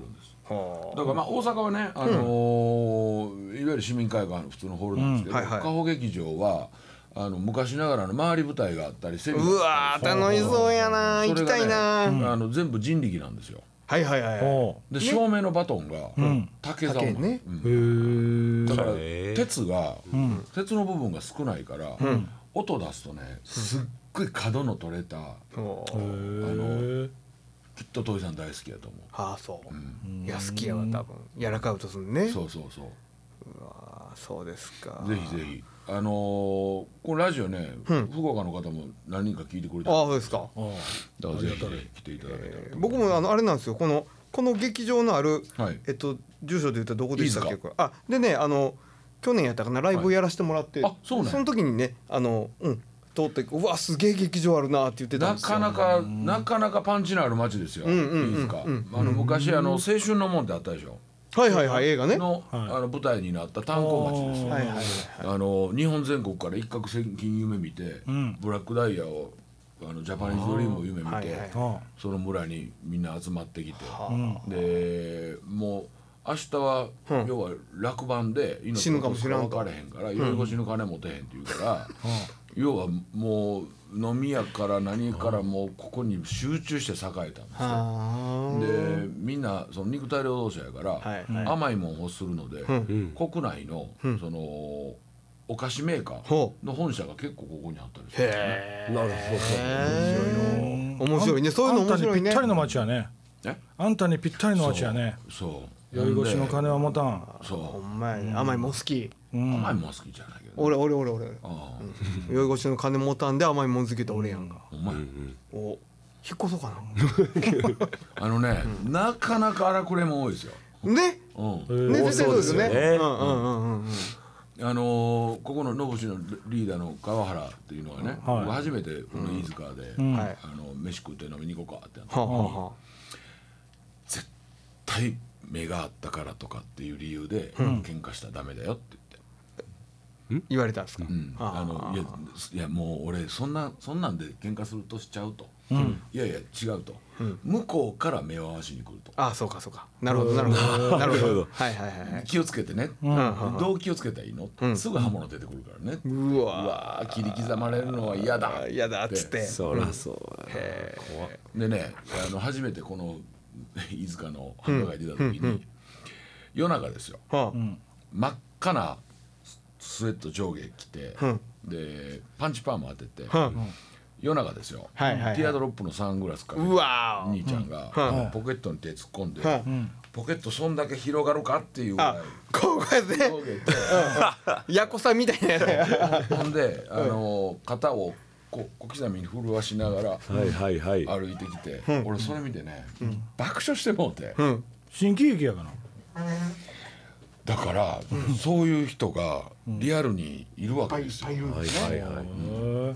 Speaker 2: はは
Speaker 3: だからまあ大阪はね、あのーいわゆる市民会館の普通のホールなんですけど、
Speaker 2: うんはいはい
Speaker 3: 加穂劇場はあの昔ながらの回り舞台があったりセミ
Speaker 2: うわー楽しそうやな行きたいな、
Speaker 3: それがねあの全部人力なんですよ
Speaker 2: はいはいはいはい
Speaker 1: お
Speaker 3: で照明のバトンが竹竿
Speaker 2: 竹ね
Speaker 3: う
Speaker 1: う
Speaker 3: ん
Speaker 1: へえ
Speaker 3: だから
Speaker 4: へー
Speaker 3: 鉄が鉄の部分が少ないから音出すとねすっごい角の取れた
Speaker 2: おー
Speaker 3: きっと土井さん大好きやと思
Speaker 2: ああそう、いや好きやわ多分やらかうとすんね
Speaker 3: う
Speaker 2: そ
Speaker 3: そううそうそう
Speaker 2: あーそうですか
Speaker 3: ぜひぜひ。あのーこのラジオね、福岡の方も何人か聞いてくれてる
Speaker 2: ああそうですか
Speaker 3: だからぜひぜひ来ていただけたらと
Speaker 2: 僕もあのあれなんですよこのこの劇場のある、
Speaker 3: はい
Speaker 2: えっと住所で言ったらどこでしたっ
Speaker 3: い
Speaker 2: け
Speaker 3: い
Speaker 2: これあでねあの去年やったかなライブやらせてもらって、
Speaker 3: はいあそうなんや
Speaker 2: の時にねあのうん通ってうわすげえ劇場あるなって言ってたん
Speaker 3: な
Speaker 2: ですよ
Speaker 3: かなかなかなかパンチのある街ですよ。
Speaker 2: んうんうん
Speaker 3: いいですか。あの昔あの青春の門ってあったでしょ。
Speaker 2: はいはいはい映画ね
Speaker 3: のあの舞台になった炭鉱町ですよ。
Speaker 2: はいはいはい
Speaker 3: あの日本全国から一攫千金夢見て、
Speaker 1: ん
Speaker 3: ブラックダイヤをあのジャパニーズドリームを夢見て、
Speaker 2: はいはい
Speaker 1: あ
Speaker 3: その村にみんな集まってきて、でもう明日は、要は落盤で
Speaker 2: 死ぬかもしらんと
Speaker 3: 分かれへんから夜越しの金持てへんって言うから、要はもう飲み屋から何からもうここに集中して栄えたんですよ。
Speaker 2: あ
Speaker 3: でみんなその肉体労働者やから、
Speaker 2: はいはい
Speaker 3: 甘いもんを欲するので、国内の、そのお菓子メーカー
Speaker 2: ほ
Speaker 3: の本社が結構ここにあったりす
Speaker 2: ー
Speaker 3: る。
Speaker 2: へ
Speaker 4: なるほ
Speaker 2: え面白いねそういうの面白
Speaker 1: あ
Speaker 2: い
Speaker 1: んたにぴっ
Speaker 2: ね
Speaker 1: たりの街やね
Speaker 3: え
Speaker 1: あんたにぴったりの街やね
Speaker 3: そう。
Speaker 1: 酔い越しの金は持たん
Speaker 3: そ
Speaker 2: ほ
Speaker 3: う。
Speaker 2: んまやね甘いもん好き
Speaker 3: 甘いもん好きじゃないけどね。
Speaker 2: 俺俺俺 俺
Speaker 3: ああ、
Speaker 2: 酔い越しの金持たんで甘いもん好きって俺やんか
Speaker 3: お前、
Speaker 2: お引っ越そうか
Speaker 3: あのね、なかなか荒くれも多いですよ。
Speaker 2: な ね
Speaker 3: うん、
Speaker 2: ね
Speaker 4: うん
Speaker 2: 絶対そうですよね
Speaker 4: そうですよね
Speaker 2: うんうんうんうんうん
Speaker 3: あのーここのノブシのリーダーの川原っていうのはね、
Speaker 1: はい
Speaker 3: 僕初めてこの飯塚で、
Speaker 2: はい
Speaker 3: あの飯食って飲みに行こうかってなって
Speaker 2: はあはあは
Speaker 3: 絶対目があったからとかっていう理由で、喧嘩したらダメだよって
Speaker 2: あ言われたんですか
Speaker 3: 言って、うん、あのいやいやもう俺そんなそんなんで喧嘩するとしちゃうと、いやいや違うと、向こうから目を合わしに来ると
Speaker 2: ああそうかそうかなるほどなるほどなるほどはいはいはいはい
Speaker 3: 気をつけてね、
Speaker 2: ん
Speaker 3: どう気をつけたらいいの、すぐ刃物出てくるからね、
Speaker 2: う
Speaker 3: う
Speaker 2: わ
Speaker 3: わー切り刻まれるのは嫌だ
Speaker 2: ー嫌だっつって
Speaker 4: そらそうや
Speaker 3: でねあの初めてこの 飯塚の繁華街出た時に、夜中ですよ
Speaker 2: は
Speaker 3: 真っ赤なススウェット上下着て、
Speaker 2: うん
Speaker 3: でパンチパーマ当てて、
Speaker 2: あは
Speaker 3: 夜中ですよ、
Speaker 2: はいはいはい
Speaker 3: ティアドロップのサングラスか
Speaker 2: あ
Speaker 3: けて
Speaker 2: うわー
Speaker 3: 兄ちゃんが、
Speaker 2: うん
Speaker 3: ポケットに手突っ込んで、
Speaker 2: はい
Speaker 3: ポケットそんだけ広がるかっていうぐら
Speaker 2: あ
Speaker 3: い
Speaker 2: こうやってね
Speaker 3: 上下着て。
Speaker 2: やこさんみたいなやつや
Speaker 3: ほんで、あの肩をこう小刻みに震わしながら
Speaker 4: はいはいはい
Speaker 3: 歩いてきて、俺それ見てね、爆笑してもうて、
Speaker 1: 新喜劇やかな
Speaker 3: だから、そういう人がリアルにいるわけですよ、
Speaker 4: はいはいはい
Speaker 1: へ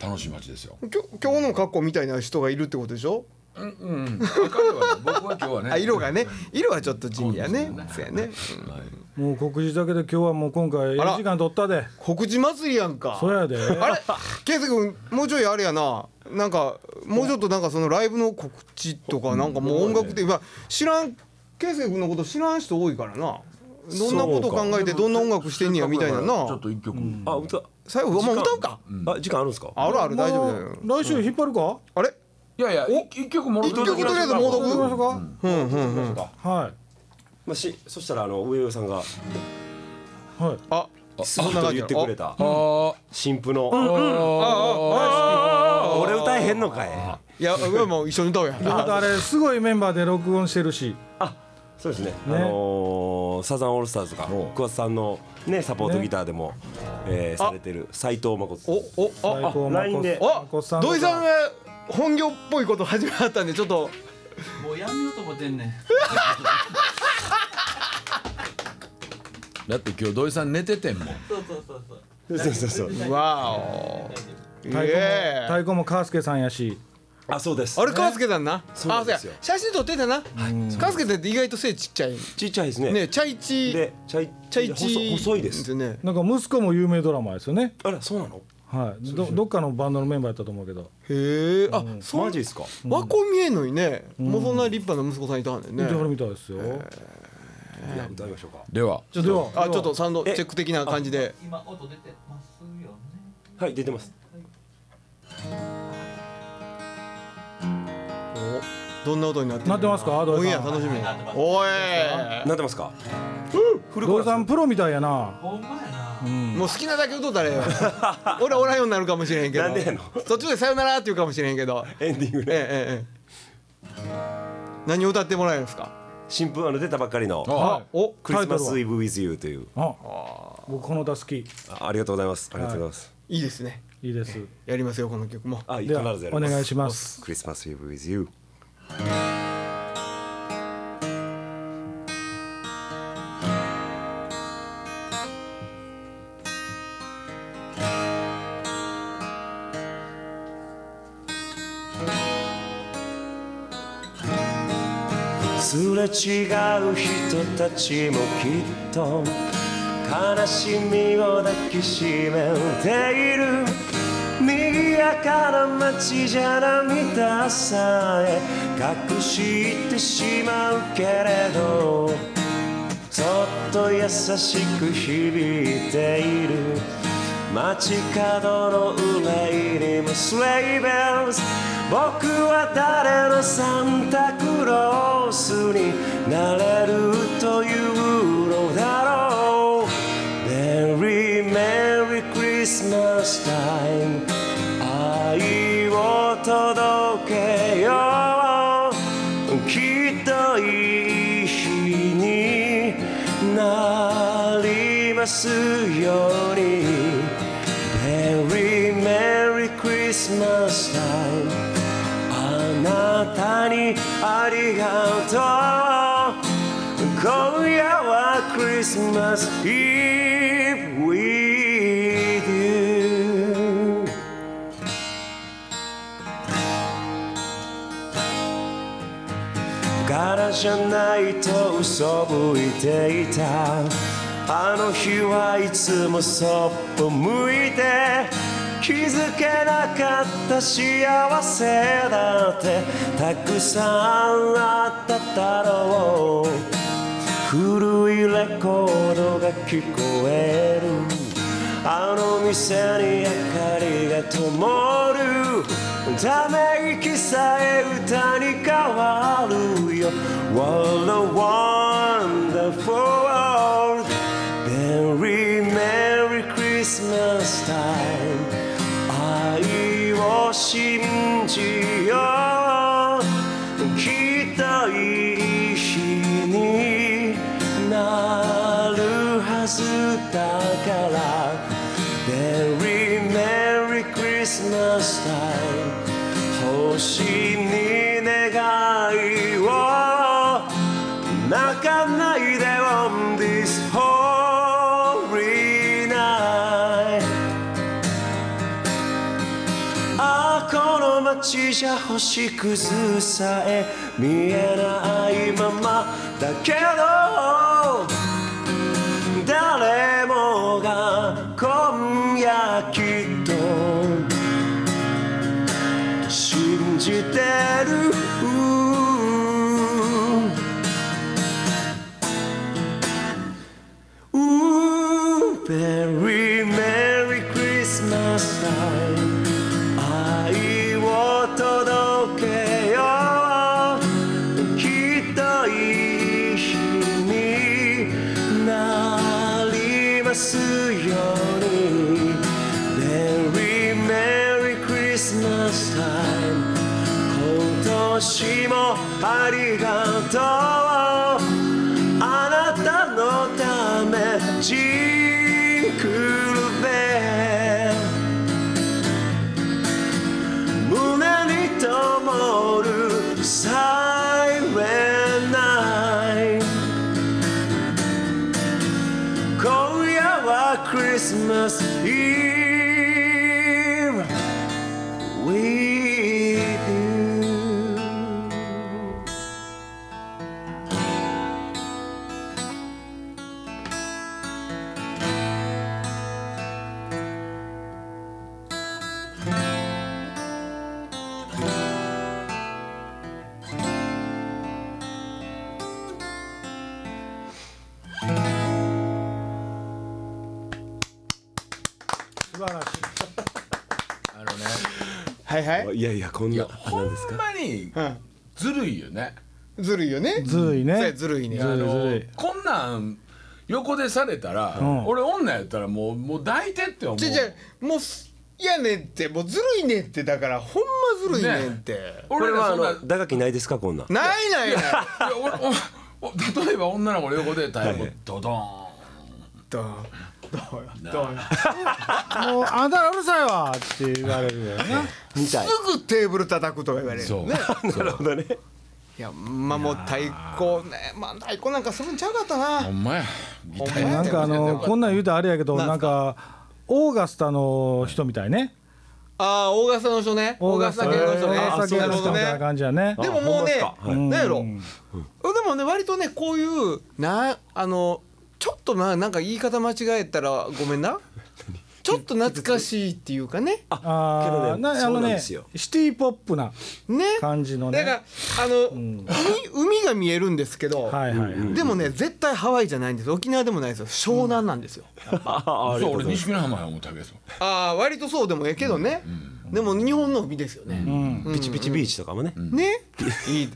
Speaker 3: 楽しい街ですよ、
Speaker 2: きょ今日の格好みたいな人がいるってことでしょ
Speaker 3: うんうん、彼はね僕は今日はね
Speaker 2: あ色がね色はちょっと地味やねそうやね
Speaker 1: えもう告示だけで今日はもう今回1時間取ったで
Speaker 2: 告示祭りやんか
Speaker 1: そやで
Speaker 2: あれ圭介君もうちょいあれやななんかもうちょっとなんかそのライブの告知とかなんかもう音楽って今知らん圭介君のこと知らん人多いからなどんなこと考えてどんな音楽してんねやみたいな
Speaker 3: ちょっ
Speaker 2: な
Speaker 3: と一曲、
Speaker 4: あ歌い
Speaker 2: 最後まあ歌うか
Speaker 4: あ時間あるんですか
Speaker 2: あるある大丈夫だよ
Speaker 1: まあ来週引っ張るか
Speaker 2: あれ
Speaker 3: いやいや一曲もろ
Speaker 2: 一曲とりあえず戻
Speaker 1: 戻りましょうか
Speaker 2: うんうんうん
Speaker 1: は
Speaker 4: まあしそしたらあの上与さんが
Speaker 1: いはい
Speaker 2: あ
Speaker 4: すごく言ってくれた
Speaker 3: あ
Speaker 4: 新婦の俺歌えへんのかい
Speaker 2: いや俺もう一緒に歌おう や
Speaker 1: あとあれすごいメンバーで録音してるし
Speaker 4: そうですねあのーサザンオールスターズとか桑田さんのねサポートギターでもえーされてる斉藤誠さん
Speaker 2: おおあ
Speaker 1: 最
Speaker 2: あ
Speaker 1: 高
Speaker 4: LINE で
Speaker 2: あ
Speaker 1: お子さんとか
Speaker 2: 土井さんが本業っぽいこと始まったんでちょっと
Speaker 5: もうやめようと思ってんねん。
Speaker 3: だって今日土井さん寝ててんもん
Speaker 5: そうそうそうそう。
Speaker 4: そうそうそう
Speaker 2: わお
Speaker 1: 太鼓も太鼓もカースケさんやし
Speaker 4: あそうです
Speaker 2: あれ川助だなあそう
Speaker 4: なんで
Speaker 2: や
Speaker 4: すよ
Speaker 2: 写真撮ってたな川助さんって意外と背ちっちゃい
Speaker 4: ちっちゃいですね
Speaker 2: ねチャイチ
Speaker 4: でチャイ
Speaker 2: チャイチ
Speaker 4: 細細いです
Speaker 2: ね
Speaker 1: なんか息子も有名ドラマですよね
Speaker 4: あらそうなの
Speaker 1: はい、どどっかのバンドのメンバーやったと思うけど、
Speaker 2: へえあそう
Speaker 4: マジですか
Speaker 2: 和光見えんのにねもうそんな立派な息子さんいたんだ
Speaker 1: 見ては
Speaker 2: よ
Speaker 1: る
Speaker 2: ね
Speaker 1: みたいですよ。
Speaker 4: いや歌いましょうか
Speaker 3: では
Speaker 1: じゃあでは
Speaker 2: あちょっとサウンドチェック的な感じで
Speaker 5: 今音出てますよね。
Speaker 4: はい出てます
Speaker 2: おどんな音になってる
Speaker 1: なってますか土
Speaker 2: お
Speaker 1: 井
Speaker 2: い
Speaker 1: さ
Speaker 2: や
Speaker 1: ん。
Speaker 2: 楽しみおい
Speaker 4: なってますかフルコー
Speaker 1: 土井
Speaker 4: ラス
Speaker 1: さんプロみたいやな。
Speaker 5: ほんまやな。
Speaker 2: もう好きなだけ歌ったらええよ 俺おらんようになるかもしれへんけど
Speaker 4: なんでやの
Speaker 2: 途中でさよならって言うかもしれへんけど
Speaker 4: エンディング
Speaker 2: ええ
Speaker 4: で
Speaker 2: ええええ何を歌ってもらえるんですか
Speaker 4: 新聞あの出たばっかりの
Speaker 3: あ
Speaker 2: お
Speaker 4: クリスマ
Speaker 1: タイトル
Speaker 4: ス
Speaker 1: は
Speaker 4: イブウィズユーという
Speaker 1: あ、僕この歌好き。い
Speaker 4: あありがとうございますありがとうございます
Speaker 2: いいですね
Speaker 1: いです。
Speaker 2: やりますよこの曲も
Speaker 4: あ必
Speaker 1: で
Speaker 4: ず
Speaker 1: は
Speaker 4: やり
Speaker 1: お願いします。
Speaker 4: クリスマスイブウィズユーすれ違う人たちもきっと悲しみを抱きしめている賑やかな街じゃ涙さえ隠してしまうけれどそっと優しく響いている街角の裏入りもスレイベルズ僕は誰のサンタクロースになれるというのだろう Merry Merry Christmas time 愛を届けようきっといい日になりますように Merry Merry Christmas time あなたにありがとう今夜はクリスマスイブ with you 柄じゃないと嘘吹いていたあの日はいつもそっぽ向いて気づけなかった幸せだってたくさんあっただろう古いレコードが聞こえるあの店に明かりが灯るため息さえ歌に変わるよ What a wonderful world Merry Merry Christmas time 愛を信じようきっといい日になるはずだから Merry Merry Christmas time 星に願いを泣かないで On this holy night ああこの街じゃ星屑さえ見えないままだけど誰もが今夜きっと信じてる「Merry Merry Christmas time」「愛を届けよう」「きっといい日になりますように」「Merry Merry Christmas time」「今年もありがとう」あなたのためジングルベル胸に灯るサイレンナイト今夜はクリスマスイブ With you
Speaker 1: 素晴らしい
Speaker 3: あのね
Speaker 2: はいはい
Speaker 4: いやいやこん
Speaker 3: いや
Speaker 4: な
Speaker 3: ほ
Speaker 4: なん
Speaker 3: ん
Speaker 4: ですか
Speaker 3: まに
Speaker 2: うん
Speaker 3: ずるいよね
Speaker 2: ずるいよね
Speaker 1: ずるいね
Speaker 2: そうやずるいね
Speaker 1: ずるい
Speaker 3: あの
Speaker 1: ずるい
Speaker 3: こんなん横でされたら、
Speaker 1: ん
Speaker 3: 俺女やったらもうもう抱いてって思う
Speaker 2: ちょちょもうすいやねんってもうずるいねんってだからほんまずるいねんって、
Speaker 4: これ
Speaker 3: 俺ら
Speaker 4: は
Speaker 3: そ
Speaker 4: あ
Speaker 3: んな
Speaker 4: の打楽器ないですかこんなん
Speaker 2: ないないない
Speaker 3: いや俺おお例えば女の子の横で太鼓ドドーン
Speaker 2: どうどうどう
Speaker 1: もうあんたらうるさいわって言われるよね
Speaker 4: みたい
Speaker 2: すぐテーブル叩くとか言われる
Speaker 3: そう
Speaker 2: ね
Speaker 4: なるほどね
Speaker 2: いやまあもう太鼓ねまあ太鼓なんかするんちゃうかったな
Speaker 3: ほんまやギターや
Speaker 1: なんかあのこんなん言うとあれやけどなんかオーガスタの人みたいね
Speaker 2: ああ大笠の人ね大笠系の人ね
Speaker 1: 大型
Speaker 2: なる
Speaker 1: の
Speaker 2: ほ
Speaker 1: 人
Speaker 2: ど
Speaker 1: みたいな
Speaker 2: ね
Speaker 1: 感じやね
Speaker 2: でももうね、
Speaker 4: あほ
Speaker 1: んまっすかはい
Speaker 2: なんやろ、
Speaker 1: うん
Speaker 2: でもね割とねこういうなあのちょっとななんか言い方間違えたらごめんなちょっと懐かしいっていうかね
Speaker 1: あー
Speaker 4: けどね
Speaker 1: なあ
Speaker 4: そう
Speaker 1: の
Speaker 4: なん
Speaker 1: ね
Speaker 4: です
Speaker 1: シ
Speaker 4: よ
Speaker 1: ティポップな
Speaker 2: ね
Speaker 1: 感じの
Speaker 2: だ
Speaker 1: ね
Speaker 2: からあの、海海が見えるんですけど、
Speaker 1: はいはいはい
Speaker 2: でもね絶対ハワイじゃないんです沖縄でもないんですよ湘南なんですよ、
Speaker 4: ああり
Speaker 3: そ
Speaker 4: が
Speaker 3: う
Speaker 4: とうご
Speaker 3: 俺
Speaker 4: ざいます
Speaker 3: 錦の浜や思ったけど
Speaker 2: ああ割とそうでもええけどね、でも日本の海ですよね、
Speaker 1: うん
Speaker 4: ピチピチビーチとかもね
Speaker 2: ねいい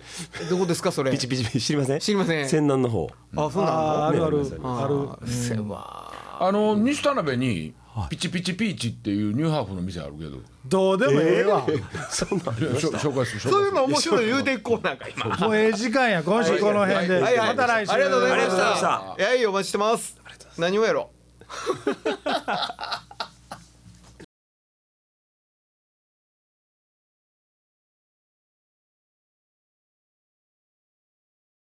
Speaker 2: どこですかそれ
Speaker 4: ピチピチビーチ知りません
Speaker 2: 知りません
Speaker 4: 泉南の方
Speaker 2: あそう
Speaker 1: あーあ
Speaker 2: なの
Speaker 1: るあるあ
Speaker 4: ね
Speaker 1: る
Speaker 2: ーせわ
Speaker 3: あの西田辺にピチピチピーチっていうニューハーフの店あるけど
Speaker 1: どうでもええわ
Speaker 4: そんなんありま
Speaker 3: し
Speaker 4: し
Speaker 3: ょ
Speaker 4: た
Speaker 3: 紹介する
Speaker 2: そういうの
Speaker 3: 紹
Speaker 2: 面白い言うてこうなんか今
Speaker 1: もうええ時間や今週この辺で
Speaker 2: はいは
Speaker 1: ま
Speaker 2: い
Speaker 1: た来週
Speaker 2: ありがとうございまし
Speaker 4: ありがとうござい
Speaker 2: た。はい、お待ちしてます。何をやろう。